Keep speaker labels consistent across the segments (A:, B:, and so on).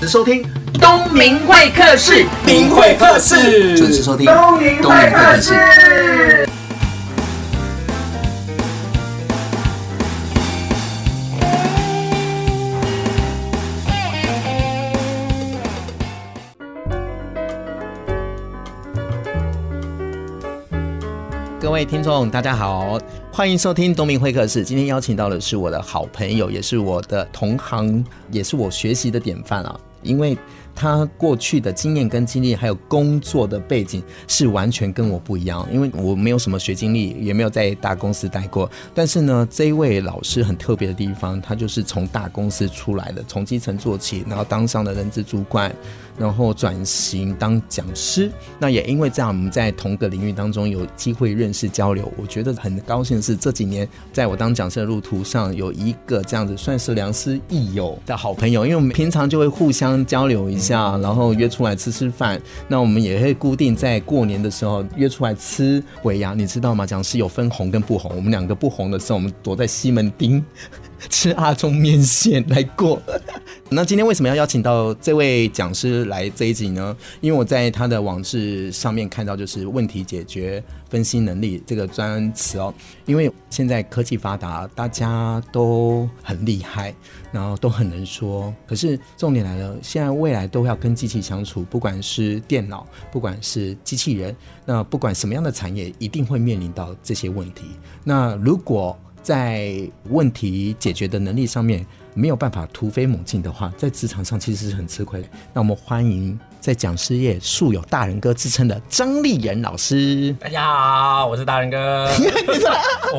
A: 时收听东明会客室，
B: 明会客室，
C: 准时收听
A: 东明会客室。
C: 各位听众，大家好，欢迎收听东明会客室。今天邀请到的是我的好朋友，也是我的同行，也是我学习的典范啊。因为他过去的经验跟经历，还有工作的背景是完全跟我不一样，因为我没有什么学经历，也没有在大公司待过。但是呢，这一位老师很特别的地方，他就是从大公司出来的，从基层做起，然后当上了人资主管，然后转型当讲师。那也因为这样，我们在同个领域当中有机会认识交流，我觉得很高兴的是这几年在我当讲师的路途上，有一个这样子算是良师益友的好朋友，因为我们平常就会互相交流一下，然后约出来吃吃饭。那我们也会固定在过年的时候约出来吃尾牙，你知道吗？讲师有分红跟不红，我们两个不红的时候，我们躲在西门町吃阿中面线来过。那今天为什么要邀请到这位讲师来这一集呢？因为我在他的网志上面看到，就是问题解决分析能力这个专词哦。因为现在科技发达，大家都很厉害，然后都很能说。可是重点来了，现在未来都要跟机器相处，不管是电脑，不管是机器人，那不管什么样的产业，一定会面临到这些问题。那如果在问题解决的能力上面没有办法突飞猛进的话，在职场上其实是很吃亏的。那我们欢迎在讲师业素有“大人哥”之称的张立仁老师。
B: 大家好，我是大 人哥。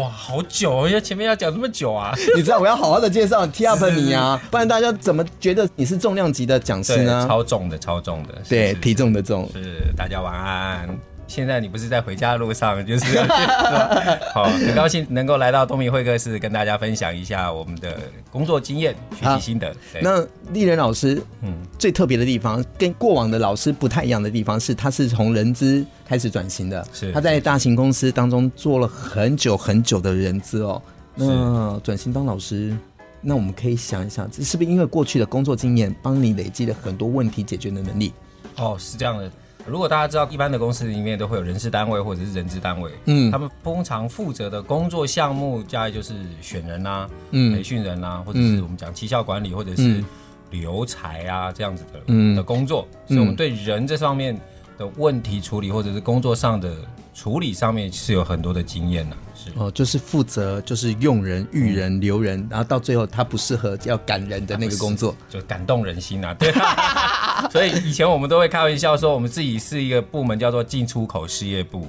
B: 哇，好久哦，要前面要讲这么久啊？
C: 你知道我要好好的介绍 T up 你啊，不然大家怎么觉得 你是重量级的讲师
B: 对，
C: 呢？
B: 超重的，超重的。是
C: 对，
B: 是
C: 体重的重。
B: 是大家晚安。现在你不是在回家的路上，就是 好，很高兴能够来到东明会客室，跟大家分享一下我们的工作经验、学
C: 好
B: 习心得。对
C: 那丽人老师，嗯
B: 嗯，
C: 最特别的地方跟过往的老师不太一样的地方是，他是从人资开始转型的，
B: 是
C: 他在大型公司当中做了很久很久的人资哦。那转型当老师，那我们可以想一想，这是不是因为过去的工作经验帮你累积了很多问题解决的能力？
B: 哦，是这样的。如果大家知道，一般的公司里面都会有人事单位或者是人资单位，
C: 嗯
B: 他们通常负责的工作项目，大概就是选人啊、
C: 嗯
B: 培训人啊，或者是我们讲绩效管理，或者是
C: 嗯
B: 留才啊这样子的、
C: 嗯
B: 的工作。所以我们对人这上面的问题处理，或者是工作上的处理上面是有很多的经验的、是。
C: 哦，就是负责就是用人、育人、留人，然后到最后他不适合要赶人的那个工作。
B: 就感动人心啊，对。啊 所以以前我们都会开玩笑说，我们自己是一个部门叫做进出口事业部，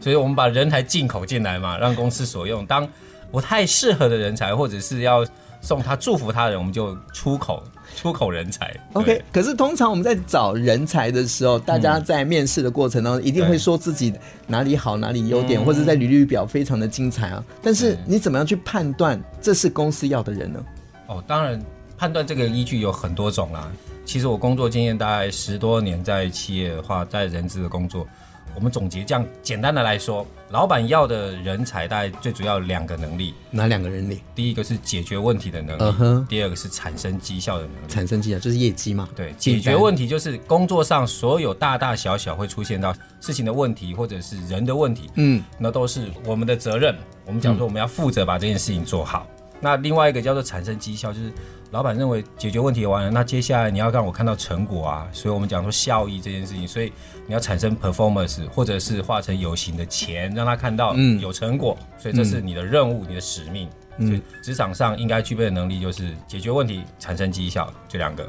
B: 所以我们把人才进口进来嘛，让公司所用。当不太适合的人才，或者是要送他祝福他的人，我们就出口出口人才。对
C: OK，可是通常我们在找人才的时候，大家在面试的过程当中，一定会
B: 对
C: 说自己哪里好、哪里优点，或者在履历表非常的精彩
B: 嗯
C: 啊。但是你怎么样去判断这是公司要的人呢？
B: 哦，当然判断这个依据有很多种啦。其实我工作经验大概十多年，在企业的话，在人资的工作，我们总结这样简单的来说，老板要的人才大概最主要有两个能力，
C: 哪两个人里
B: 第一个是解决问题的能力
C: 嗯哼
B: 第二个是产生绩效的能力。
C: 产生绩啊？就是业绩嘛。
B: 对，
C: 订
B: 解
C: 单
B: 决问题就是工作上所有大大小小会出现到事情的问题，或者是人的问题，
C: 嗯，
B: 那都是我们的责任。我们讲说我们要负责把这件事情做好。那另外一个叫做产生绩效，就是老板认为解决问题完了，那接下来你要让我看到成果啊，所以我们讲说效益这件事情，所以你要产生 performance，或者是化成有形的钱，让他看到
C: 嗯
B: 有成果，所以这是你的任务，你的使命。所以职场上应该具备的能力就是解决问题、产生绩效这两个。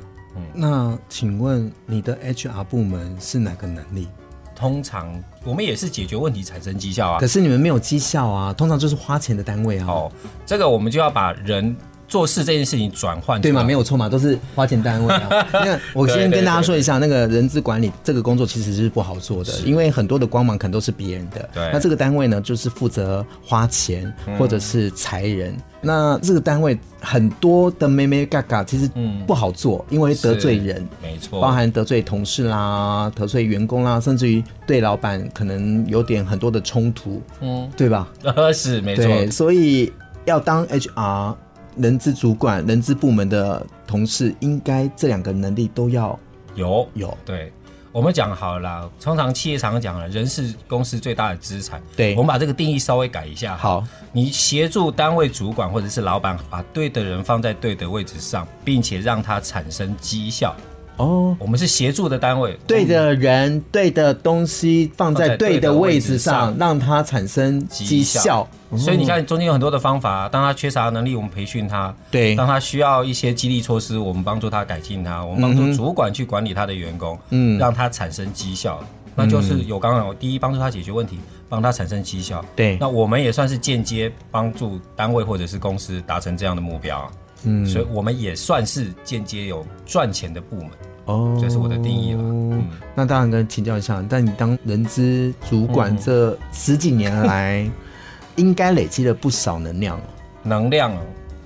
C: 那请问你的 HR 部门是哪个能力？
B: 通常我们也是解决问题、产生绩效啊
C: 可。是你们没有绩效啊，通常就是花钱的单位啊，
B: 哦，这个我们就要把人做事这件事情转换出
C: 对嘛？
B: 来
C: 没有错嘛，都是花钱单位 啊。那我先跟大家说一下，那个人资管理这个工作其实是不好做的，因为很多的光芒可能都是别人的。
B: 对
C: 那这个单位呢，就是负责花钱或者是裁人。那这个单位很多的妹妹嘎嘎其实不好做，因为得罪人。
B: 没错，
C: 包含得罪同事啦、得罪员工啦，甚至于对老板可能有点很多的冲突，嗯，对吧？
B: 是没错，
C: 对，所以要当 HR，人资主管、人资部门的同事，应该这两个能力都要
B: 有
C: 有。
B: 对，我们讲好了啦，通常企业常常讲了，人是公司最大的资产。
C: 对
B: 我们把这个定义稍微改一下。，
C: 好，
B: 你协助单位主管或者是老板把对的人放在对的位置上，并且让他产生绩效。
C: 哦，
B: 我们是协助的单位，
C: 对的人、对的东西放
B: 放
C: 在
B: 在
C: 对
B: 对
C: 的
B: 的
C: 位
B: 位
C: 置
B: 置
C: 上，
B: 上
C: 让它产生绩
B: 绩
C: 效嗯
B: 效。所以你看，中间有很多的方法。啊当他缺乏能力，我们培训他；
C: 对
B: 当他需要一些激励措施，我们帮助他改进他。我们帮助主管去管理他的员工，
C: 嗯
B: 嗯，让他产生绩效。那就是有刚刚我第一帮助他解决问题，帮他产生绩效。
C: 对
B: 那我们也算是间接帮助单位或者是公司达成这样的目标。嗯，所以我们也算是间接有赚钱的部门。
C: 哦
B: 这是我的定义了嗯
C: 那当然跟请教一下，但你当人资主管
B: 嗯
C: 这十几年来， 应该累积了不少能量哦。
B: 能量哦，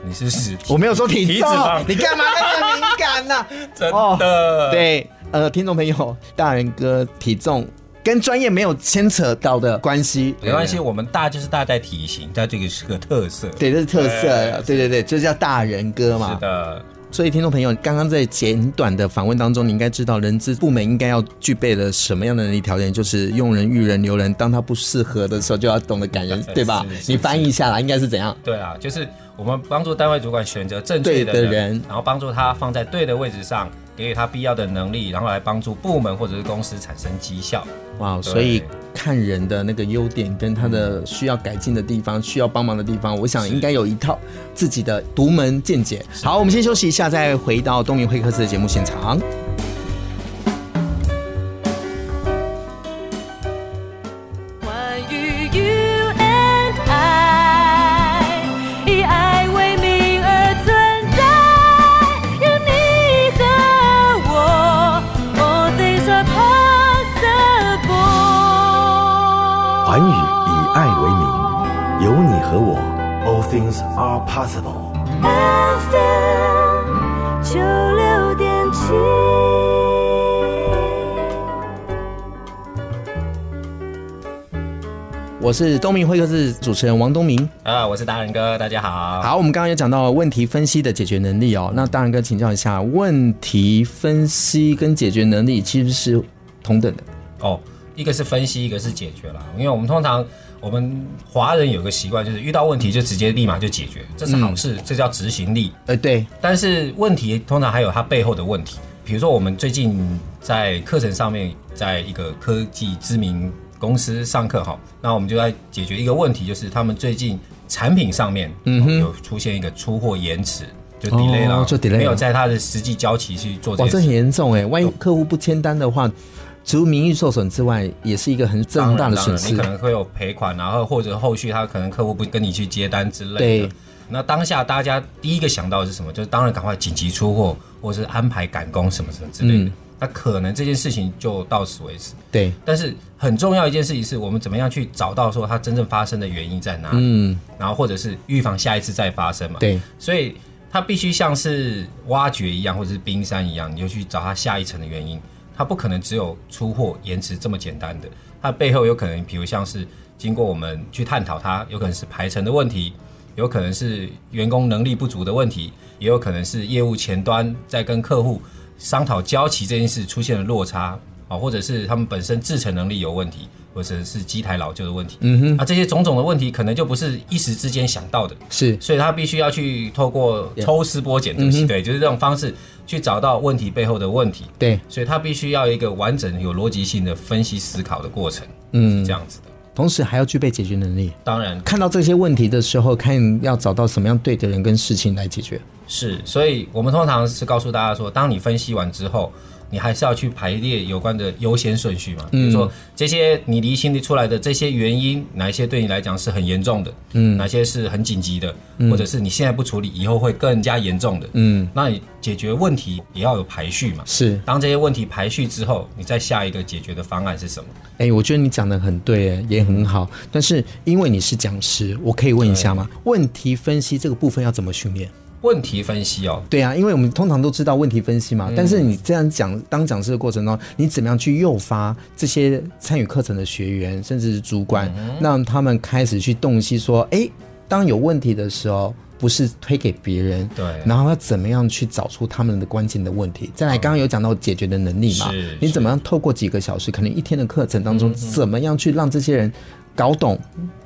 B: 你是实体，
C: 我没有说体
B: 体脂
C: 重
B: 肪，
C: 你干嘛那么敏感呢、
B: 真
C: 哦
B: 的、
C: 对，呃，听众朋友，大人哥体重跟专业没有牵扯到的关系，
B: 没关系，。我们大就是大在体型，在这个是个特色。
C: 对，这是特
B: 哎
C: 色，对对对，这叫大人哥嘛。
B: 是的，
C: 所以，听众朋友，刚刚在简短的访问当中，你应该知道人资部门应该要具备了什么样的能力条件，就是用人、育人、留人。当他不适合的时候，就要懂得感人，对吧
B: 是？是
C: 你翻译一下啦，应该是怎样？
B: 对啊，就是我们帮助单位主管选择正确的
C: 对的
B: 人，
C: 人
B: 然后帮助他放在对的位置上，给予他必要的能力，然后来帮助部门或者是公司产生绩效。
C: 哇，
B: 对
C: 所以看人的那个优点跟他的需要改进的地方、需要帮忙的地方，我想应该有一套自己的独门见解。好，我们先休息一下，再回到东明会客室的节目现场。
D: 关于 You and I，以爱为名而存在，有你和我，All things are possible。
E: 环宇以爱为名，有你和我，All things are possible。
D: FM 九六点七。
C: 我是东明会客室主持人王东明。
B: 啊，我是达人哥，大家好。，
C: 好，我们刚刚有讲到问题分析的解决能力哦。那当然跟请教一下，问题分析跟解决能力其实是同等的。
B: 哦，一个是分析，一个是解决啦。因为我们通常我们华人有个习惯，就是遇到问题就直接立马就解决，这是好事，
C: 嗯
B: 这叫执行力。
C: 呃，对，
B: 但是问题通常还有它背后的问题，比如说我们最近在课程上面，在一个科技知名公司上课哈，那我们就在解决一个问题，就是他们最近产品上面嗯有出现一个出货延迟，就 delay 了，
C: 哦就 delay 了
B: 没有在它的实际交期去做这
C: 哇，
B: 件
C: 这很
B: 事情。
C: 严重哎！万一客户不签单的话，除名誉受损之外，也是一个很
B: 当
C: 重
B: 然
C: 大的
B: 当
C: 损
B: 然
C: 失
B: 你可。能会有赔款，然后或者后续他可能客户不跟你去接单之类
C: 对
B: 的。那当下大家第一个想到的是什么？就是当然赶快紧急出货，或者是安排赶工什么什么之类的。
C: 嗯
B: 那可能这件事情就到此为止。
C: 对，
B: 但是很重要一件事情是我们怎么样去找到说它真正发生的原因在哪里，
C: 嗯，
B: 然后或者是预防下一次再发生嘛。，
C: 对，
B: 所以它必须像是挖掘一样，或者是冰山一样，你就去找它下一层的原因。它不可能只有出货延迟这么简单的，它背后有可能，比如像是经过我们去探讨它，有可能是排程的问题，有可能是员工能力不足的问题，也有可能是业务前端在跟客户商讨交期这件事出现了落差。啊，或者是他们本身制程能力有问题，或者是机台老旧的问题，嗯哼，那、这些种种的问题，可能就不是一时之间想到的，
C: 是
B: 所以他必须要去透过抽丝剥茧，对不起，对，就是这种方式去找到问题背后的问题。
C: 对。
B: 所以他必须要一个完整、有逻辑性的分析思考的过程，嗯，是这样子的。
C: 同时还要具备解决能力。
B: 当然
C: 看到这些问题的时候，看要找到什么样对的人跟事情来解决。
B: 是，所以我们通常是告诉大家说，当你分析完之后，你还是要去排列有关的优先顺序嘛，比如说这些你离心里出来的这些原因，哪一些对你来讲是很严重的，嗯，哪些是很紧急的，或者是你现在不处理，以后会更加严重的，
C: 嗯，
B: 那你解决问题也要有排序嘛，
C: 是，
B: 当这些问题排序之后，你再下一个解决的方案是什么？
C: 哎、我觉得你讲的很对，哎，也很好。但是因为你是讲师，我可以问一下吗？问题分析这个部分要怎么训练？
B: 问题分析哦，
C: 对啊，因为我们通常都知道问题分析嘛，
B: 嗯
C: 但是你这样讲，当讲师的过程中，你怎么样去诱发这些参与课程的学员，
B: 嗯
C: 甚至是主管，让他们开始去洞悉说，哎，当有问题的时候，不是推给别人，
B: 对
C: 然后要怎么样去找出他们的关键的问题？再来，刚刚有讲到解决的能力嘛
B: 嗯是，
C: 你怎么样透过几个小时，可能一天的课程当中，怎么样去让这些人搞懂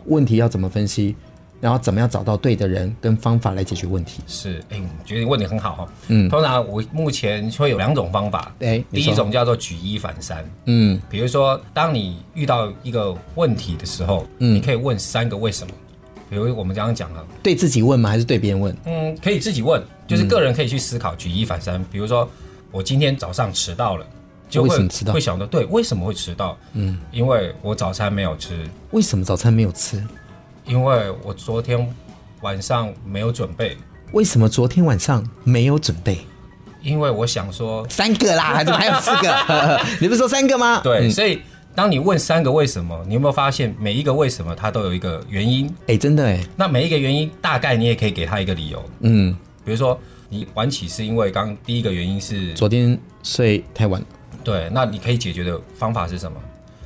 C: 问题要怎么分析，然后怎么样找到对的人跟方法来解决问题？
B: 是，哎、我觉得你问的很好哈。嗯，通常我目前会有两种方法，
C: 哎你
B: 第一
C: 说
B: 种叫做举一反三，
C: 嗯，
B: 比如说当你遇到一个问题的时候，
C: 嗯
B: 你可以问三个为什么。比如我们刚刚讲了，
C: 对自己问吗？还是对别人问？
B: 嗯，可以自己问，就是
C: 嗯
B: 个人可以去思考，举一反三。比如说，我今天早上迟到了，就
C: 为
B: 会
C: 什么迟到
B: 会想到，对，为什么会迟到？嗯，因为我早餐没有吃，
C: 为什么早餐没有吃？
B: 因为我昨天晚上没有准备，
C: 为什么昨天晚上没有准备？
B: 因为我想说
C: 三个啦，怎么还有四个？ 你不是说三个吗？
B: 对，
C: 嗯
B: 所以当你问三个为什么，你有没有发现每一个为什么它都有一个原因？
C: 哎、真的哎、
B: 那每一个原因大概你也可以给他一个理由，
C: 嗯，
B: 比如说你晚起是因为刚第一个原因是
C: 昨天睡太晚了，
B: 对，那你可以解决的方法是什么？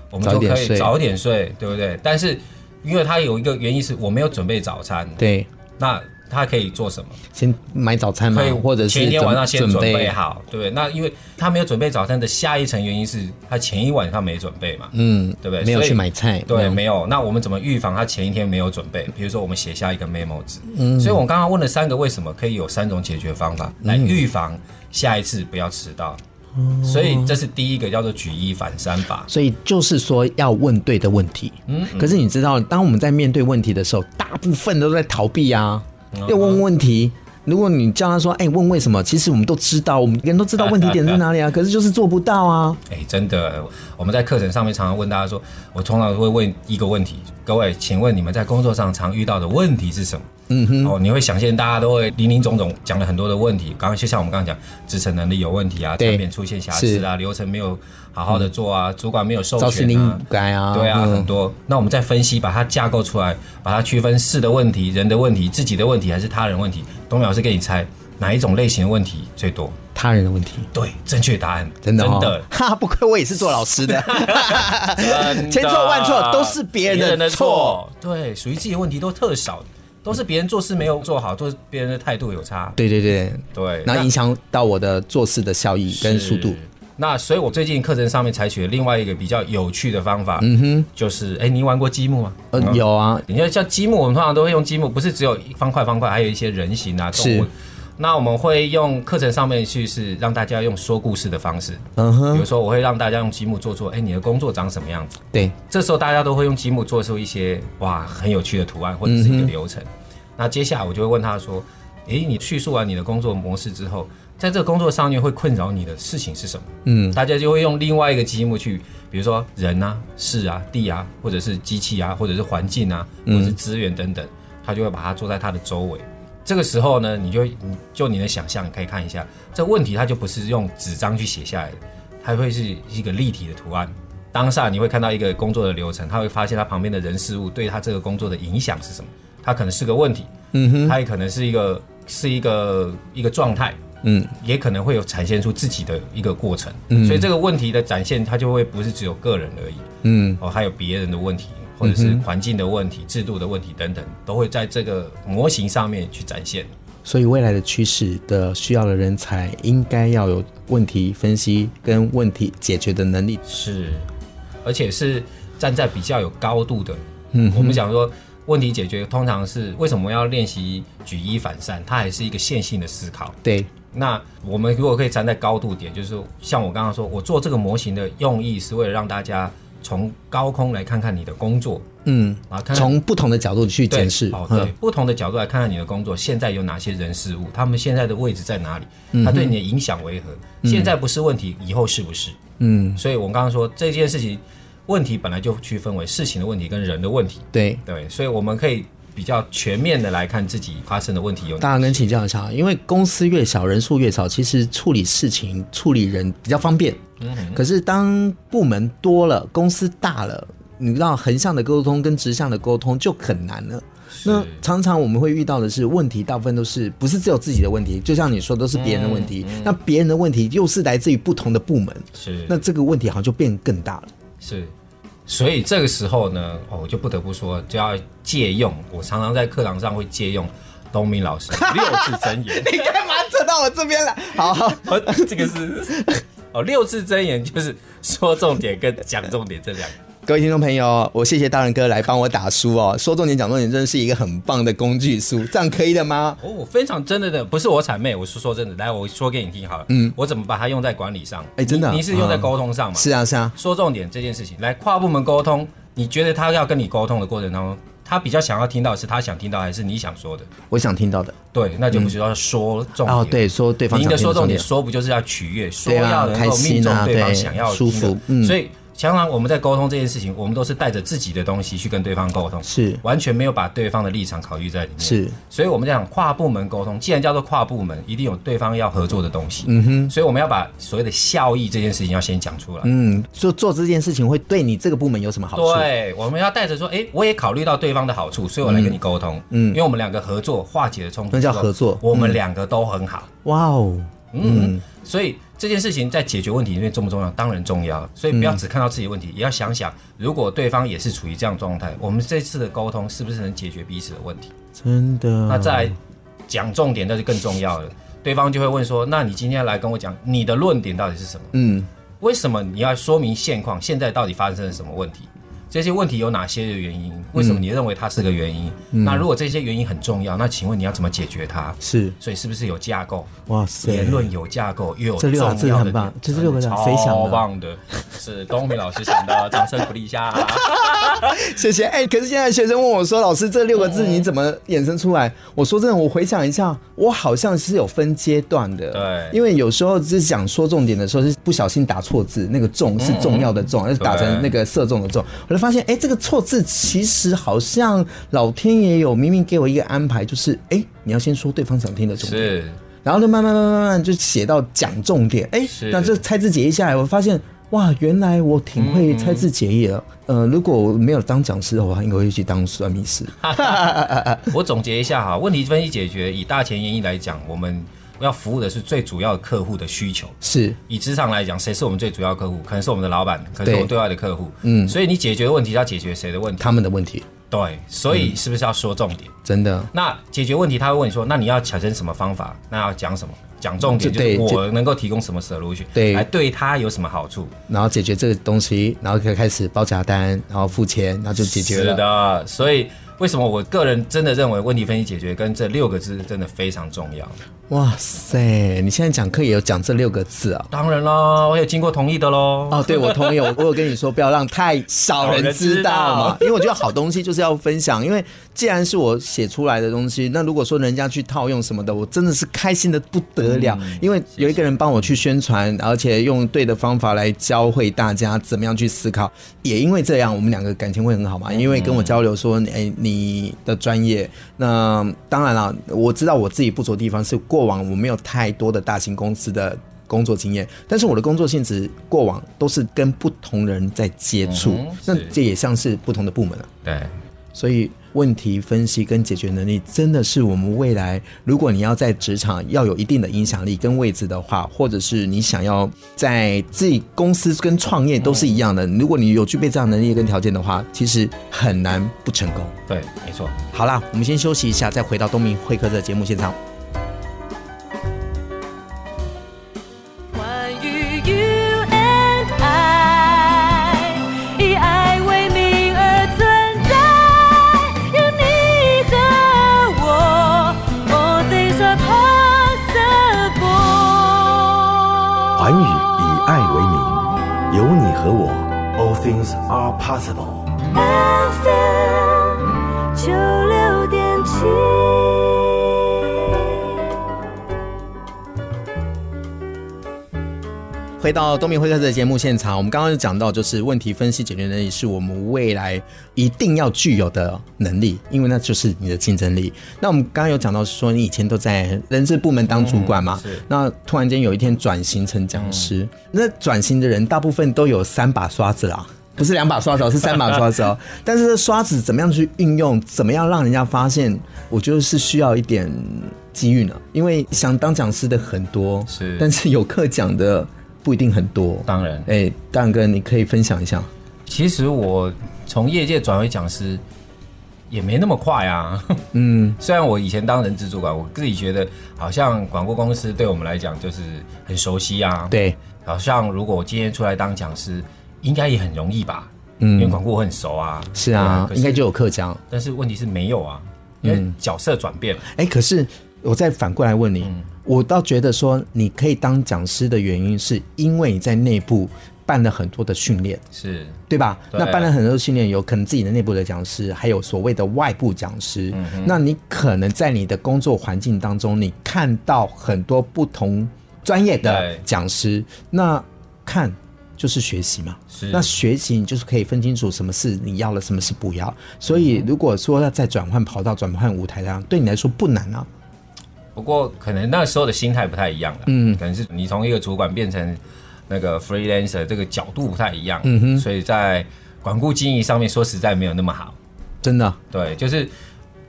B: 我们
C: 早
B: 就
C: 一点
B: 可以
C: 睡
B: 早点睡，对不对？但是因为它有一个原因是我没有准备早餐，，
C: 对，
B: 那他可以做什么？
C: 先买早餐嘛
B: 可以，
C: 或者是
B: 嗯前一天晚上先
C: 准
B: 准备啊
C: 备。
B: 好，对不对？那因为他没有准备早餐的下一层原因是他前一晚上没准备嘛，
C: 嗯，
B: 对不对
C: 没有
B: 所以
C: 去买菜，
B: 对，
C: 嗯
B: 没有。那我们怎么预防他前一天没有准备？比如说，我们写下一个 memo 纸。
C: 嗯
B: 所以我们刚刚问了三个为什么，可以有三种解决方法来预防下一次不要迟到。
C: 哦
B: 所以这是第一个叫做举一反三法。
C: 所以就是说要问对的问题。嗯，可是你知道，当我们在面对问题的时候，大部分都在逃避啊，要问问题。如果你叫他说，哎、问为什么？其实我们都知道，我们人都知道问题点在哪 里啊，可是就是做不到啊。
B: 哎，真的，我们在课程上面常常问大家说，我通常会问一个问题，各位，请问你们在工作上常遇到的问题是什么？嗯哼，哦，你会想见大家都会林林总总讲了很多的问题，刚刚就像我们刚刚讲，支撑能力有问题啊，
C: 对
B: 产品出现瑕疵啊，流程没有好好的做啊，主管没有授
C: 肇事
B: 权
C: 应
B: 啊，
C: 该啊，
B: 对啊，很
C: 嗯，
B: 多。那我们再分析，把它架构出来，把它区分事的问题、人的问题、自己的问题还是他人问题。东明老师给你猜哪一种类型的问题最多？
C: 他人的问题。
B: 对，正确答案，
C: 真的、哦，
B: 真的，
C: 哈 哈，不愧我也是做老师的，
B: 真 的
C: 千错万错都是别人的错，
B: 对，属于自己的问题都特少的，都是别人做事没有做好，都是别人的态度有差，
C: 对对对，
B: 对，
C: 然
B: 那
C: 后影响到我的做事的效益跟速度
B: 是。那所以，我最近课程上面采取了另外一个比较有趣的方法，嗯哼，就是，哎、你玩过积木吗？
C: 呃，有啊，
B: 你要像积木，我们通常都会用积木，不是只有一方块方块，还有一些人形啊动物
C: 是。
B: 那我们会用课程上面去是让大家用说故事的方式，
C: 嗯
B: 比
C: 哼，
B: 如说我会让大家用积木做做，哎、你的工作长什么样子？
C: 对，
B: 这时候大家都会用积木做出一些哇很有趣的图案或者是一个流程。那接下来我就会问他说，哎、你叙述完你的工作模式之后，在这个工作上面会困扰你的事情是什么？
C: 嗯，
B: 大家就会用另外一个积木去，比如说人啊、事啊、地啊，或者是机器啊，或者是环境啊，或者是资源等等，他就会把它做在它的周围。这个时候呢，你就你就你的想象，你可以看一下这问题，它就不是用纸张去写下来的，它会是一个立体的图案。当下你会看到一个工作的流程，他会发现他旁边的人事物对他这个工作的影响是什么。它可能是个问题，嗯哼，它也可能是一个是一个一个状态，
C: 嗯，
B: 也可能会有展现出自己的一个过程。所以这个问题的展现，它就会不是只有个人而已，
C: 嗯，
B: 哦，还有别人的问题，或者是环境的问题、制度的问题等等，都会在这个模型上面去展现。
C: 所以未来的趋势的需要的人才，应该要有问题分析跟问题解决的能力。
B: 是，而且是站在比较有高度的。嗯，我们讲说问题解决，通常是为什么要练习举一反三？它还是一个线性的思考。
C: 对，
B: 那我们如果可以站在高度点，就是像我刚刚说，我做这个模型的用意是为了让大家从高空来看看你的工作
C: 嗯，
B: 啊，看看
C: 从不同的角度去
B: 对
C: 检视，
B: 哦，对
C: 嗯，，
B: 不同的角度来看看你的工作，现在有哪些人事物，他们现在的位置在哪里，
C: 嗯
B: 它对你的影响为何？现在不是问题，以后是不是？
C: 嗯，
B: 所以我们刚刚说这件事情，问题本来就区分为事情的问题跟人的问题，
C: 对。
B: 对，所以我们可以比较全面的来看自己发生的问题有哪。
C: 大家跟请教一下，因为公司越小，人数越少，其实处理事情、处理人比较方便。可是当部门多了，公司大了，你知道横向的沟通跟直向的沟通就很难了。那常常我们会遇到的是，问题大部分都是不是只有自己的问题，就像你说，都是别人的问题。那别人的问题又是来自于不同的部门，
B: 是
C: 那这个问题好像就变更大了。
B: 是，所以这个时候呢，哦，我就不得不说，就要借用。我常常在课堂上会借用东明老师 六字真言。
C: 你干嘛扯到我这边来？好，
B: 哦，这个是哦，六字真言就是说重点跟讲重点这两个。
C: 各位听众朋友，我谢谢大人哥来帮我打书哦。说重点讲重点，真的是一个很棒的工具书，这样可以的吗？
B: 哦，我非常真的的，不是我谄媚，我是说真的。来，我说给你听好了。
C: 嗯
B: 嗯，我怎么把它用在管理上？
C: 哎真的啊
B: 你你是用在
C: 嗯
B: 沟通上 嘛？
C: 是啊，是啊，
B: 说重点这件事情，来跨部门沟通，你觉得他要跟你沟通的过程当中，他比较想要听到的是他想听到还是你想说的？
C: 我想听到的。
B: 对，那就不是要说重点。
C: 哦，对，，说对方
B: 您
C: 想
B: 的
C: 听
B: 说
C: 的
B: 重
C: 重
B: 点
C: 点，
B: 说不就是要取悦，说
C: 对啊
B: 要能
C: 开
B: 够命
C: 心
B: 中
C: 啊
B: 对方
C: 对
B: 想要
C: 舒
B: 听的
C: 服嗯
B: 所以常常我们在沟通这件事情，我们都是带着自己的东西去跟对方沟通，
C: 是
B: 完全没有把对方的立场考虑在里面。
C: 是，
B: 所以我们讲跨部门沟通，既然叫做跨部门，一定有对方要合作的东西。嗯哼，所以我们要把所谓的效益这件事情要先讲出来。
C: 嗯，就做这件事情会对你这个部门有什么好处？
B: 对，我们要带着说，哎，我也考虑到对方的好处，所以我来跟你沟通。嗯，因为我们两个合作化解了冲突之
C: 那
B: 后，
C: 叫合作
B: 我们
C: 嗯
B: 两个都很好。
C: 哇哦，
B: 嗯，所以这件事情在解决问题里面重不重要？当然重要。所以不要只看到自己的问题，也要想想，如果对方也是处于这样的状态，我们这次的沟通是不是能解决彼此的问题？
C: 真的。
B: 那再来讲重点，那就更重要了。对方就会问说：“那你今天来跟我讲你的论点到底是什么？
C: 嗯，
B: 为什么你要说明现况？现在到底发生了什么问题？这些问题有哪些的原因？为
C: 嗯
B: 什么你认为它是个原因？那如果这些原因很重要，那请问你要怎么解决它？
C: 是，
B: 所以是不是有架构？
C: 哇塞，
B: 言论有架构又有
C: 这
B: 重
C: 六
B: 要
C: 个
B: 的
C: 字很棒
B: 点
C: 这六个字谁想的
B: 超棒的，是东明老师想的，掌声鼓励一 下。
C: 谢谢。哎、可是现在学生问我说：“老师，这六个字你怎么衍生出来？”我说：“真的，我回想一下，我好像是有分阶段的。
B: 对
C: 因为有时候只想说重点的时候，是不小心打错字，那个“重”是重要的“重”，而是打成那个射中的“重”。我就发现，哎、这个错字其实好像老天爷有明明给我一个安排，就是哎、你要先说对方想听的重点。
B: 是，
C: 然后就慢慢慢慢慢慢就写到讲重点，哎，
B: 是
C: 那这拆字解义下来，我发现哇，原来我挺会拆字解义的。呃，如果我没有当讲师的话，应该会去当算命师。
B: 我总结一下哈，问题分析解决，以大前研一来讲，我们要服务的是最主要的客户的需求。
C: 是
B: 以职场来讲，谁是我们最主要客户？可能是我们的老板，可能是
C: 对
B: 我们对外的客户。嗯，所以你解决问题，要解决谁的问题？
C: 他们的问题，
B: 对，所
C: 嗯
B: 以是不是要说重点？
C: 真的
B: 那解决问题，他会问你说，那你要产生什么方法？那要讲什么？讲重点
C: 就
B: 就是
C: 对就
B: 我能够提供什么 solution，
C: 对
B: 来对他有什么好处？
C: 然后解决这个东西，然后可以开始包夹单，然后付钱，然后就解决
B: 是
C: 了。
B: 的，所以为什么我个人真的认为问题分析解决跟这六个字真的非常重要？
C: 哇塞，你现在讲课也有讲这六个字啊、
B: 当然啦，我有经过同意的喽。
C: 哦，对，我同意，我我有跟你说不要让太少人知道嘛，因为我觉得好东西就是要分享，因为既然是我写出来的东西，那如果说人家去套用什么的，我真的是开心的不得了，
B: 嗯
C: 因为有一个人帮我去宣传，而且用对的方法来教会大家怎么样去思考，也因为这样，我们两个感情会很好嘛，因为跟我交流说，哎，你的专业，那当然了，我知道我自己不足的地方是过往我没有太多的大型公司的工作经验，但是我的工作性质过往都是跟不同人在接触，
B: 嗯哼
C: 那
B: 是
C: 这也像是不同的部门了、
B: 对，
C: 所以问题分析跟解决能力真的是我们未来，如果你要在职场要有一定的影响力跟位置的话，或者是你想要在自己公司跟创业都是一样的，如果你有具备这样能力跟条件的话，其实很难不成功。
B: 对，没错。
C: 好啦，我们先休息一下，再回到东明会客的节目现场。
D: 关于 You and I，以爱为名而存在，有你和我，All things are possible。
E: 环宇以爱为名，有你和我，All things are possible。
D: FM 九六点七。
C: 回到东明会客室的节目现场，我们刚刚有讲到，就是问题分析解决能力是我们未来一定要具有的能力，因为那就是你的竞争力。那我们刚刚有讲到说，你以前都在人事部门当主管嘛，嗯
B: 嗯是
C: 那突然间有一天转型成讲师，那转型的人大部分都有三把刷子啦。不是两把刷子哦，是三把刷子哦。但是这刷子怎么样去运用，怎么样让人家发现，我觉得是需要一点机遇呢。因为想当讲师的很多，
B: 是
C: 但是有课讲的不一定很多。
B: 当啊然，
C: 哎、蛋哥，你可以分享一下。
B: 其实我从业界转为讲师，也没那么快啊。
C: 嗯，
B: 虽然我以前当人资主管，我自己觉得好像广播公司对我们来讲就是很熟悉啊。，
C: 对，
B: 好像如果我今天出来当讲师，应该也很容易吧？因为
C: 嗯，
B: 广播我很熟啊。
C: 是
B: 对
C: 啊，
B: 可是
C: 应该就嗯有课讲。
B: 但是问题是没有啊，因为角色转变了。
C: 哎，可是我再反过来问你，
B: 嗯
C: 我倒觉得说你可以当讲师的原因，是因为你在内部办了很多的训练。
B: 是，
C: 对吧？
B: 对
C: 那办了很多训练，有可能自己的内部的讲师，还有所谓的外部讲师。
B: 嗯
C: 那你可能在你的工作环境当中，你看到很多不同专业的
B: 对
C: 讲师，那看就是学习嘛。
B: 是
C: 那学习你就是可以分清楚什么是你要了，什么是不要。所以如果说要再转换跑道、转换舞台上，对你来说不难啊。
B: 不过可能那时候的心态不太一样了，嗯，可能是你从一个主管变成那个 freelancer 这个角度不太一样，嗯哼，所以在管顾经营上面说实在没有那么好，
C: 真的，
B: 对，就是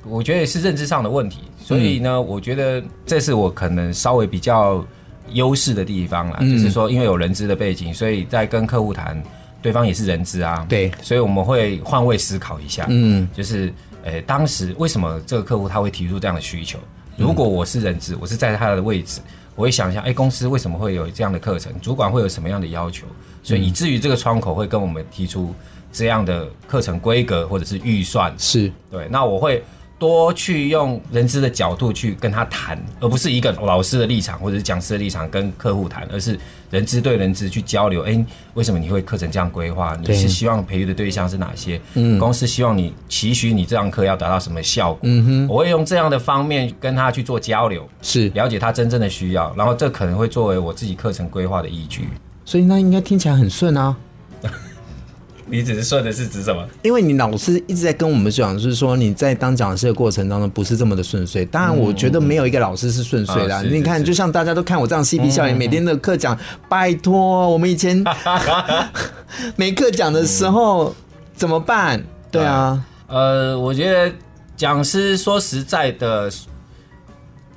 B: 我觉得是认知上的问题，所以呢，
C: 嗯
B: 我觉得这是我可能稍微比较优势的地方啦，
C: 嗯
B: 就是说因为有人资的背景，所以在跟客户谈，对方也是人资啊，
C: 对
B: 所以我们会换位思考一下，
C: 嗯，
B: 就是呃，当时为什么这个客户他会提出这样的需求？如
C: 嗯
B: 果我是人资，我是在他的位置，我会想一下，哎、公司为什么会有这样的课程？主管会有什么样的要求？所
C: 嗯
B: 以以至于这个窗口会跟我们提出这样的课程规格或者是预算。
C: 是
B: 对，那我会多去用人资的角度去跟他谈，而不是一个老师的立场或者是讲师的立场跟客户谈，而是人资对人资去交流。哎，为什么你会课程这样规划？你
C: 对
B: 是希望培育的嗯对象是哪些？公司希望你期许你这堂课要达到什么效果？我会用这样的方面跟他去做交流，
C: 是。
B: 了解他真正的需要，然后这可能会作为我自己课程规划的依据。
C: 所以那应该听起来很顺啊。
B: 你只是说的是指什么？
C: 因为你老师一直在跟我们讲，就是说你在当讲师的过程当中不是这么的顺遂。当然，我觉得没有一个老师是顺遂的啊、
B: 嗯嗯啊是
C: 你看，
B: 是
C: 就像大家都看我这样嬉皮笑脸，每天的课讲，拜托，我们以前 没课讲的时候、怎么办？对啊，
B: 呃，我觉得讲师说实在的，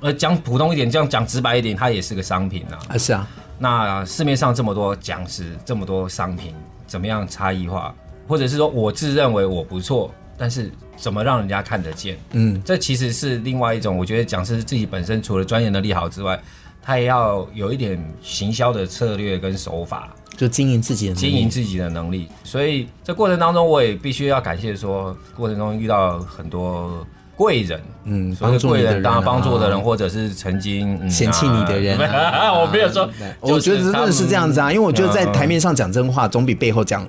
B: 呃，讲普通一点，这样讲直白一点，它也是个商品啊。
C: 啊是啊，
B: 那市面上这么多讲师，这么多商品，怎么样差异化，或者是说我自认为我不错，但是怎么让人家看得见？
C: 嗯，
B: 这其实是另外一种，我觉得讲师自己本身除了专业能力好之外，他也要有一点行销的策略跟手法。
C: 就经营自己的能力
B: 经营自己的能力。所以这过程当中，我也必须要感谢说，过程中遇到很多贵人，
C: 嗯
B: 所谓
C: 帮助
B: 贵
C: 你的人
B: 当然
C: 啊
B: 帮助的人，或者是曾经、嗯
C: 嫌弃你的人啊、嗯
B: 啊 我没有说，
C: 我觉得真的是这样子啊，因为我觉得在
B: 嗯
C: 台面上讲真话，总比背后讲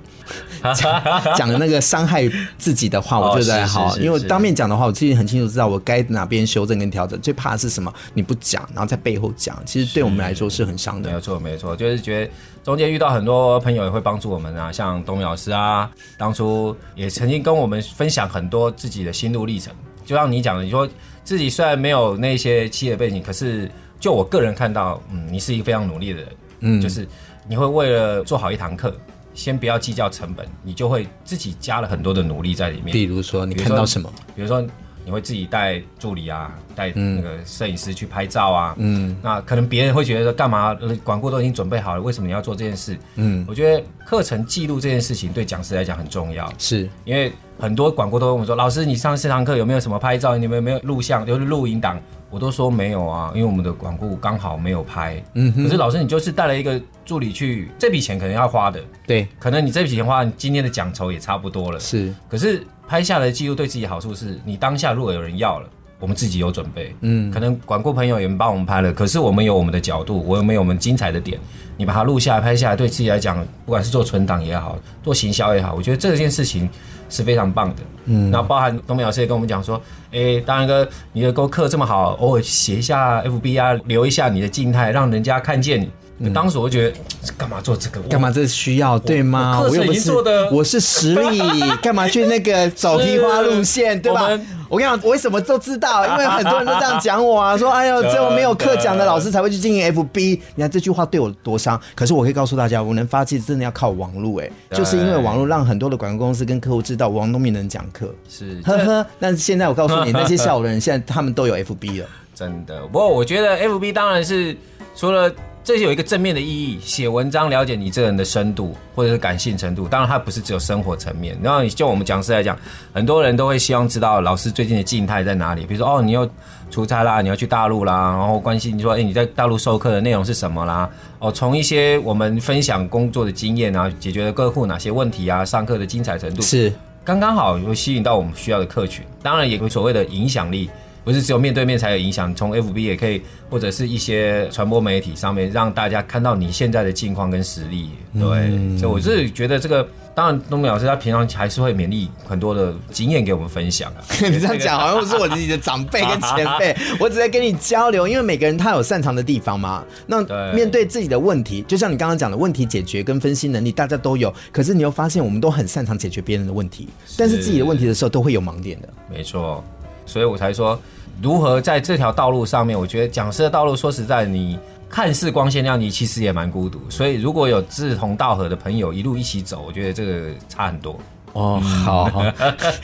C: 讲讲那个伤害自己的话，我觉得还
B: 哦
C: 好
B: 是。是是
C: 因为我
B: 是
C: 当面讲的话，我自己很清楚知道我该哪边修正跟调整。最怕的是什么？你不讲，然后在背后讲，其实对我们来说是很伤
B: 没有
C: 的。
B: 错，没有错，就是觉得中间遇到很多朋友也会帮助我们啊，像董老师啊，当初也曾经跟我们分享很多自己的心路历程。就像你讲的，你说自己虽然没有那些企业背景，可是就我个人看到，嗯，你是一个非常努力的人，嗯，就是你会为了做好一堂课，先不要计较成本，你就会自己加了很多的努力在里面。
C: 比如说，你
B: 比如
C: 看
B: 说
C: 到什么？
B: 比如说你会自己带助理啊，带那个摄影师去拍照啊，嗯，那可能别人会觉得说干嘛，呃管顾都已经准备好了，为什么你要做这件事？嗯，我觉得课程记录这件事情对讲师来讲很重要，
C: 是
B: 因为很多管顾都问我说，老师你上四堂课有没有什么拍照？你们有没有录像，就是录影档？我都说没有啊，因为我们的管顾刚好没有拍。嗯，可是老师你就是带了一个助理去，这笔钱可能要花的，
C: 对，
B: 可能你这笔钱花，你今天的奖酬也差不多了。
C: 是
B: 可是拍下来的记录对自己好处是，你当下如果有人要了，我们自己有准备，嗯，可能管顾朋友也帮我们拍了，可是我们有我们的角度，我们有我们精彩的点，你把它录下来、拍下来，对自己来讲，不管是做存档也好，做行销也好，我觉得这件事情是非常棒的，嗯，那包含东明老师也跟我们讲说，哎，当然哥，你的功课这么好，偶尔写一下 FB 啊，留一下你的静态，让人家看见你。当时我就觉得嘖干嘛做这个？
C: 干嘛？这需要对吗？
B: 我课
C: 我
B: 程
C: 又不
B: 已
C: 是
B: 经做得
C: 我是实力，干嘛去那个走批花路线，对吧
B: 我们？
C: 我跟你讲，我为什么都知道，因为很多人都这样讲我啊，说哎呦，
B: 真
C: 只
B: 的
C: 有没有课讲的老师才会去经营 FB。你看这句话对我多伤，可是我可以告诉大家，我能发迹真的要靠网络，哎，
B: 对
C: 就是因为网络让很多的广告公司跟客户知道王东明能讲课，
B: 是
C: 呵呵。但是现在我告诉你，那些下午的人现在他们都有 FB 了，
B: 真的，不过我觉得 FB 当然是除了这有一个正面的意义，写文章了解你这个人的深度或者是感性程度。当然，它不是只有生活层面。然后就我们讲师来讲，很多人都会希望知道老师最近的静态在哪里。比如说，哦，你又出差啦，你要去大陆啦，然后关心你说，哎，你在大陆授课的内容是什么啦？哦，从一些我们分享工作的经验啊，解决了客户哪些问题啊，上课的精彩程度，
C: 是
B: 刚刚好会吸引到我们需要的客群。当然，也有所谓的影响力。不是只有面对面才有影响，从 FB 也可以，或者是一些传播媒体上面，让大家看到你现在的境况跟实力。对，所以我是觉得这个，当然东明老师他平常还是会勉励很多的经验给我们分享啊。
C: 你这样讲好像是我自己的长辈跟前 辈，我只在跟你交流，因为每个人他有擅长的地方嘛。那
B: 对
C: 面对自己的问题，就像你刚刚讲的问题解决跟分析能力，大家都有。可是你又发现，我们都很擅长解决别人的问题，但是自己的问题的时候都会有盲点的。
B: 没错，所以我才说，如何在这条道路上面，我觉得讲师的道路，说实在，你看似光鲜亮丽，其实也蛮孤独。所以如果有志同道合的朋友一路一起走，我觉得这个差很多。
C: 哦，好好。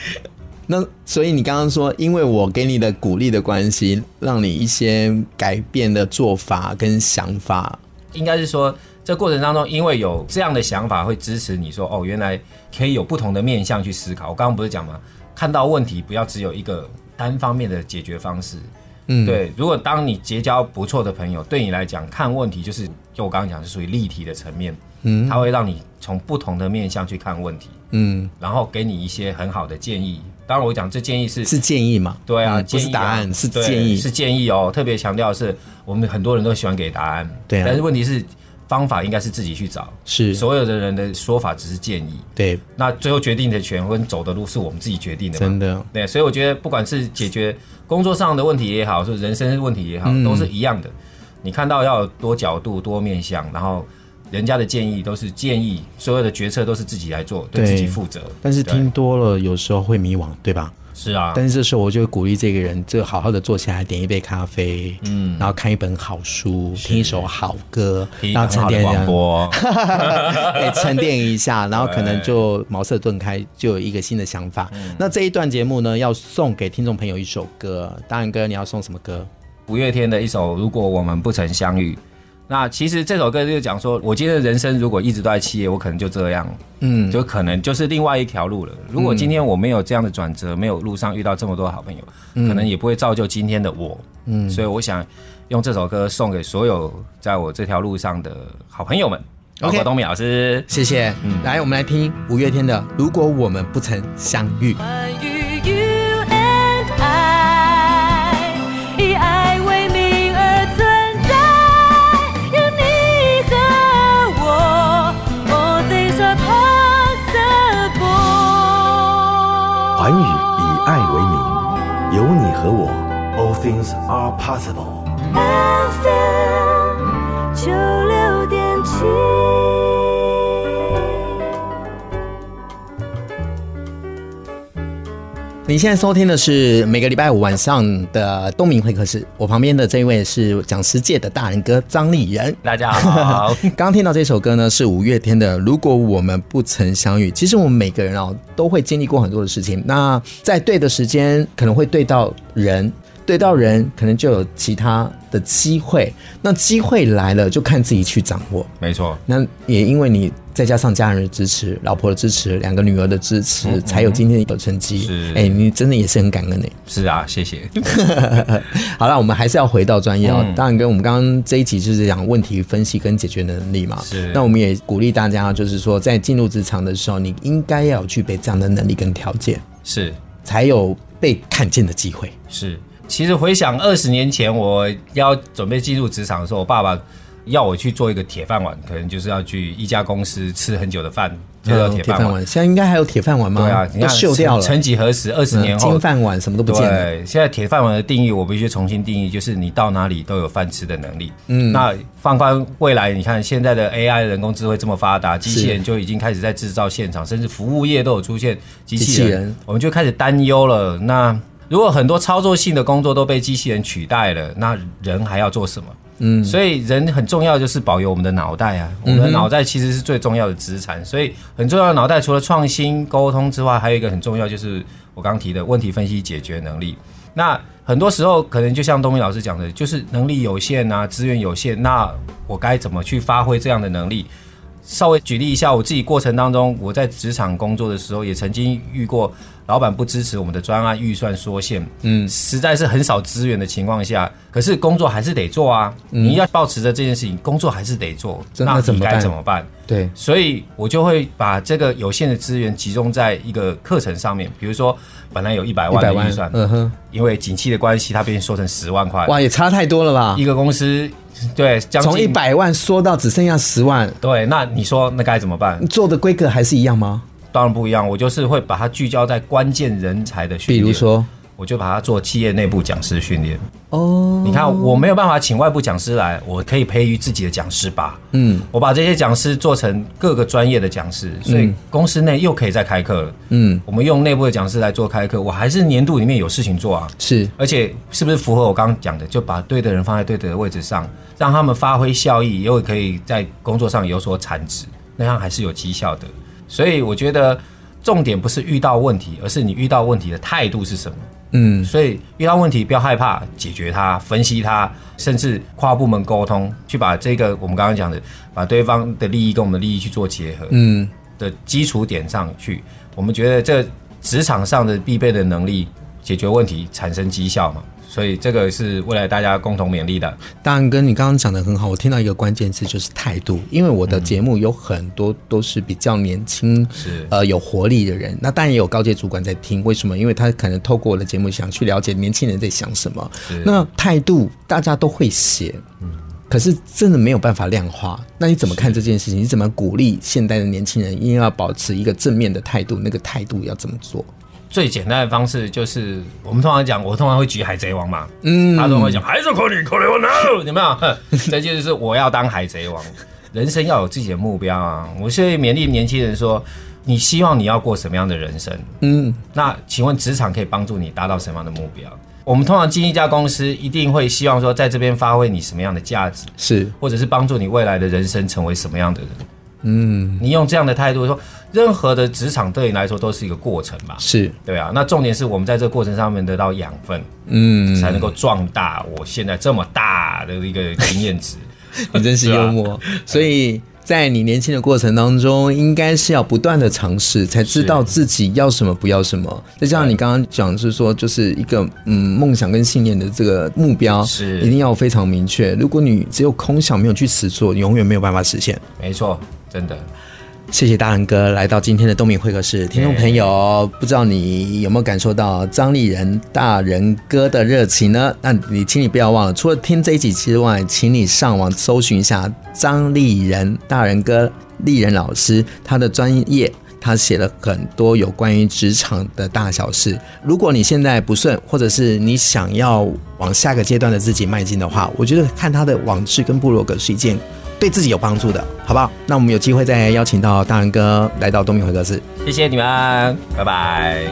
C: 那所以你刚刚说，因为我给你的鼓励的关系，让你一些改变的做法跟想法，
B: 应该是说，这过程当中，因为有这样的想法，会支持你说，哦，原来可以有不同的面向去思考。我刚刚不是讲吗？看到问题，不要只有一个单方面的解决方式。
C: 嗯，，
B: 对，如果当你结交不错的朋友，对你来讲看问题就是，就我刚刚讲是属于立体的层面，
C: 嗯
B: 它会让你从不同的面向去看问题，
C: 嗯，
B: 然后给你一些很好的建议。当然，我讲这建议是
C: 是建议嘛？
B: 对啊，
C: 嗯不是
B: 建议
C: 答
B: 啊
C: 案，是
B: 对
C: 建议，
B: 是建议哦。特别强调的是，我们很多人都喜欢给答案，
C: 对啊
B: 但是问题是，方法应该是自己去找，
C: 是
B: 所有的人的说法只是建议，
C: 对，
B: 那最后决定的权跟走的路是我们自己决定的嘛。
C: 真的，
B: 对，所以我觉得不管是解决工作上的问题也好，是人生问题也好，
C: 嗯
B: 都是一样的。你看到要有多角度、多面向，然后人家的建议都是建议，所有的决策都是自己来做，对
C: 对
B: 自己负责。
C: 但是
B: 对
C: 听多了有时候会迷惘，对吧？
B: 是啊，
C: 但是这时候我就会鼓励这个人，就好好的坐下来，点一杯咖啡，嗯，然后看一本好书，听一首好歌，
B: 听一
C: 然
B: 个
C: 后
B: 很
C: 沉
B: 好
C: 淀
B: 的
C: 一下
B: 广，播，
C: 哎，沉淀一 下，然后可能
B: 对
C: 就茅塞顿开，就有一个新的想法。那这一段节目呢，要送给听众朋友一首歌，大然哥，你要送什么歌？
B: 五月天的一首《如果我们不曾相遇》。那其实这首歌就是讲说，我今天的人生如果一直都在企业，我可能就这样，
C: 嗯，
B: 就可能就是另外一条路了。如果今天我没有这样的转折，没有路上遇到这么多好朋友，
C: 嗯
B: 可能也不会造就今天的我。嗯，所以我想用这首歌送给所有在我这条路上的好朋友们，包
C: OK
B: 括东米老师。
C: 谢谢。
B: 嗯
C: 来，我们来听五月天的《如果我们不曾相遇》。
D: 关于 you and I，以爱为名而存在，有你和我，All things are possible。
E: 环宇以爱为名，有你和我，All things are possible。
D: FM 九六点七。
C: 你现在收听的是每个礼拜五晚上的东明会客室，我旁边的这一位是讲师界的大人哥张立人。
B: 大 家好，
C: 刚刚听到这首歌呢，是五月天的《如果我们不曾相遇》。其实我们每个人啊，都会经历过很多的事情。那在对的时间，可能会对到人，对到人，可能就有其他的机会。那机会来了，就看自己去掌握。
B: 没错，
C: 那也因为你再加上家人的支持、老婆的支持、两个女儿的支持，才有今天的成绩。
B: 是
C: 哎、你真的也是很感恩的、欸
B: 是啊，谢谢。
C: 好了，我们还是要回到专业哦。
B: 嗯
C: 当然，跟我们刚刚这一集就是讲问题分析跟解决能力嘛。
B: 是
C: 那我们也鼓励大家，就是说在进入职场的时候，你应该要有具备这样的能力跟条件，
B: 是
C: 才有被看见的机会。
B: 是，其实回想二十年前，我要准备进入职场的时候，我爸爸要我去做一个铁饭碗，可能就是要去一家公司吃很久的饭，叫做
C: 嗯
B: 铁饭碗。
C: 现在应该还有铁饭碗吗？
B: 对啊，你
C: 都
B: 看
C: 锈掉了。
B: 曾几何时，二十年
C: 嗯
B: 后，
C: 金饭碗什么都不见了。
B: 对，现在铁饭碗的定义我必须重新定义，就是你到哪里都有饭吃的能力。嗯，那放宽未来，你看现在的 AI 人工智慧这么发达，机器人就已经开始在制造现场，甚至服务业都有出现机器
C: 机
B: 人，
C: 器人
B: 我们就开始担忧了。那如果很多操作性的工作都被机器人取代了，那人还要做什么？嗯，所以人很重要，就是保有我们的脑袋啊。我们的脑袋其实是最重要的资产，所以很重要的脑袋除了创新、沟通之外，还有一个很重要就是我刚提的问题分析解决能力。那很多时候可能就像东明老师讲的，就是能力有限啊，资源有限，那我该怎么去发挥这样的能力？稍微举例一下，我自己过程当中，我在职场工作的时候，也曾经遇过老板不支持我们的专案预算缩限，嗯，实在是很少资源的情况下，可是工作还是得做啊。你要保持着这件事情，工作还是得做，
C: 真的
B: 那
C: 怎
B: 你
C: 么
B: 该
C: 办
B: 怎么办？
C: 对，
B: 所以我就会把这个有限的资源集中在一个课程上面，比如说本来有一百
C: 一
B: 万
C: 百
B: 的
C: 万
B: 预算，，
C: 嗯哼，
B: 因为景气的关系，它被缩成十万块，
C: 哇，也差太多了吧
B: 一？个公司对将近
C: 从一百万缩到只剩下十万，
B: 对，那你说那该怎么办？
C: 做的规格还是一样吗？
B: 当然不一样，我就是会把它聚焦在关键人才的训
C: 比
B: 练，
C: 如，说，
B: 我就把它做企业内部讲师训练。
C: 哦，
B: 你看，我没有办法请外部讲师来，我可以培育自己的讲师吧。
C: 嗯，
B: 我把这些讲师做成各个专业的讲师，所以公司内又可以再开课了。
C: 嗯，
B: 我们用内部的讲师来做开课，我还是年度里面有事情做啊。
C: 是
B: 而且是不是符合我刚刚讲的，就把对的人放在对的位置上，让他们发挥效益，又可以在工作上有所产值，那样还是有绩效的。所以我觉得重点不是遇到问题，而是你遇到问题的态度是什么。
C: 嗯，
B: 所以遇到问题不要害怕，解决它，分析它，甚至跨部门沟通，去把这个我们刚刚讲的，把对方的利益跟我们的利益去做结合，
C: 嗯，
B: 的基础点上去，我们觉得这职场上的必备的能力，解决问题，产生绩效嘛。所以这个是未来大家共同勉励的。
C: 大安哥，你刚刚讲的很好，我听到一个关键字就是态度，因为我的节目有很多都是比较年轻，
B: 是
C: 呃有活力的人，那当然也有高阶主管在听，为什么？因为他可能透过我的节目想去了解年轻人在想什么
B: 是，嗯
C: 那态度大家都会写。可是真的没有办法量化，那你怎么看这件事情？你怎么鼓励现代的年轻人一定要保持一个正面的态度？那个态度要怎么做？
B: 最简单的方式就是，我们通常讲，我通常会举海贼王嘛，
C: 嗯
B: 他通常会讲还是可以可以我 no，有没有？哼 这就是我要当海贼王，人生要有自己的目标啊！我是勉励年轻人说，你希望你要过什么样的人生？
C: 嗯，
B: 那请问职场可以帮助你达到什么样的目标？我们通常进一家公司，一定会希望说，在这边发挥你什么样的价值，
C: 是
B: 或者是帮助你未来的人生成为什么样的人。嗯，你用这样的态度说，任何的职场对你来说都是一个过程吧？
C: 是，
B: 对啊，那重点是我们在这个过程上面得到养分，
C: 嗯，
B: 才能够壮大我现在这么大的一个经验值。
C: 你真是幽默。所以在你年轻的过程当中，应该是要不断的尝试，才知道自己要什么，不要什么。再加上你刚刚讲是说，就是一个嗯梦想跟信念的这个目标，
B: 是
C: 一定要非常明确。如果你只有空想没有去实做，永远没有办法实现。
B: 没错，真的，
C: 谢谢大仁哥来到今天的东明会客室，听众朋友，不知道你有没有感受到张立人大仁哥的热情呢？那你请你不要忘了，除了听这一集之外，请你上网搜寻一下张立人大仁哥立人老师他的专业。他写了很多有关于职场的大小事。如果你现在不顺，或者是你想要往下个阶段的自己迈进的话，我觉得看他的网志跟部落格是一件对自己有帮助的，好不好？那我们有机会再邀请到大仁哥来到东明会客室。
B: 谢谢你们，拜拜。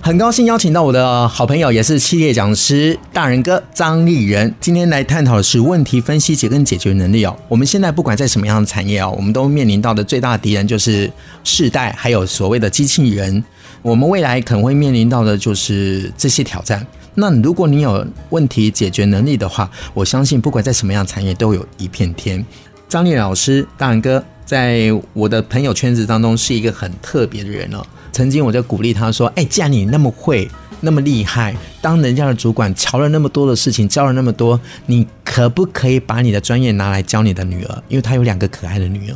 C: 很高兴邀请到我的好朋友，也是系列讲师大仁哥张立仁。今天来探讨的是问题分析及跟解决能力哦。我们现在不管在什么样的产业哦，我们都面临到的最大的敌人就是世代，还有所谓的机器人。我们未来可能会面临到的就是这些挑战。那如果你有问题解决能力的话，我相信不管在什么样的产业都有一片天。张烈老师，大仁哥，在我的朋友圈子当中是一个很特别的人哦。曾经我就鼓励他说：“哎，既然你那么会，那么厉害，当人家的主管瞧了那么多的事情，教了那么多，你可不可以把你的专业拿来教你的女儿？因为她有两个可爱的女儿。”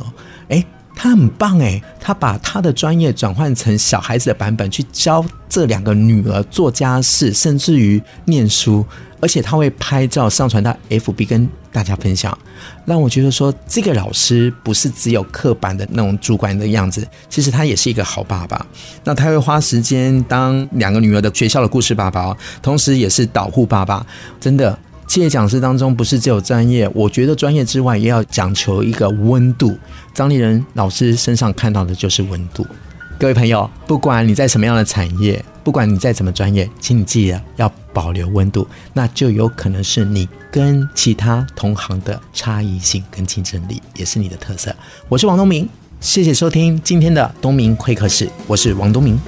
C: 哎，他很棒哎，他把他的专业转换成小孩子的版本去教这两个女儿做家事，甚至于念书，而且他会拍照上传到 FB 跟大家分享，让我觉得说这个老师不是只有刻板的那种主管的样子，其实他也是一个好爸爸。那他会花时间当两个女儿的学校的故事爸爸、哦，同时也是导护爸爸，真的。企业讲师当中不是只有专业，我觉得专业之外也要讲求一个温度。张立人老师身上看到的就是温度。各位朋友，不管你在什么样的产业，不管你在怎么专业，请你记得要保留温度，那就有可能是你跟其他同行的差异性跟竞争力，也是你的特色。我是王东明，谢谢收听今天的东明会客室，我是王东明。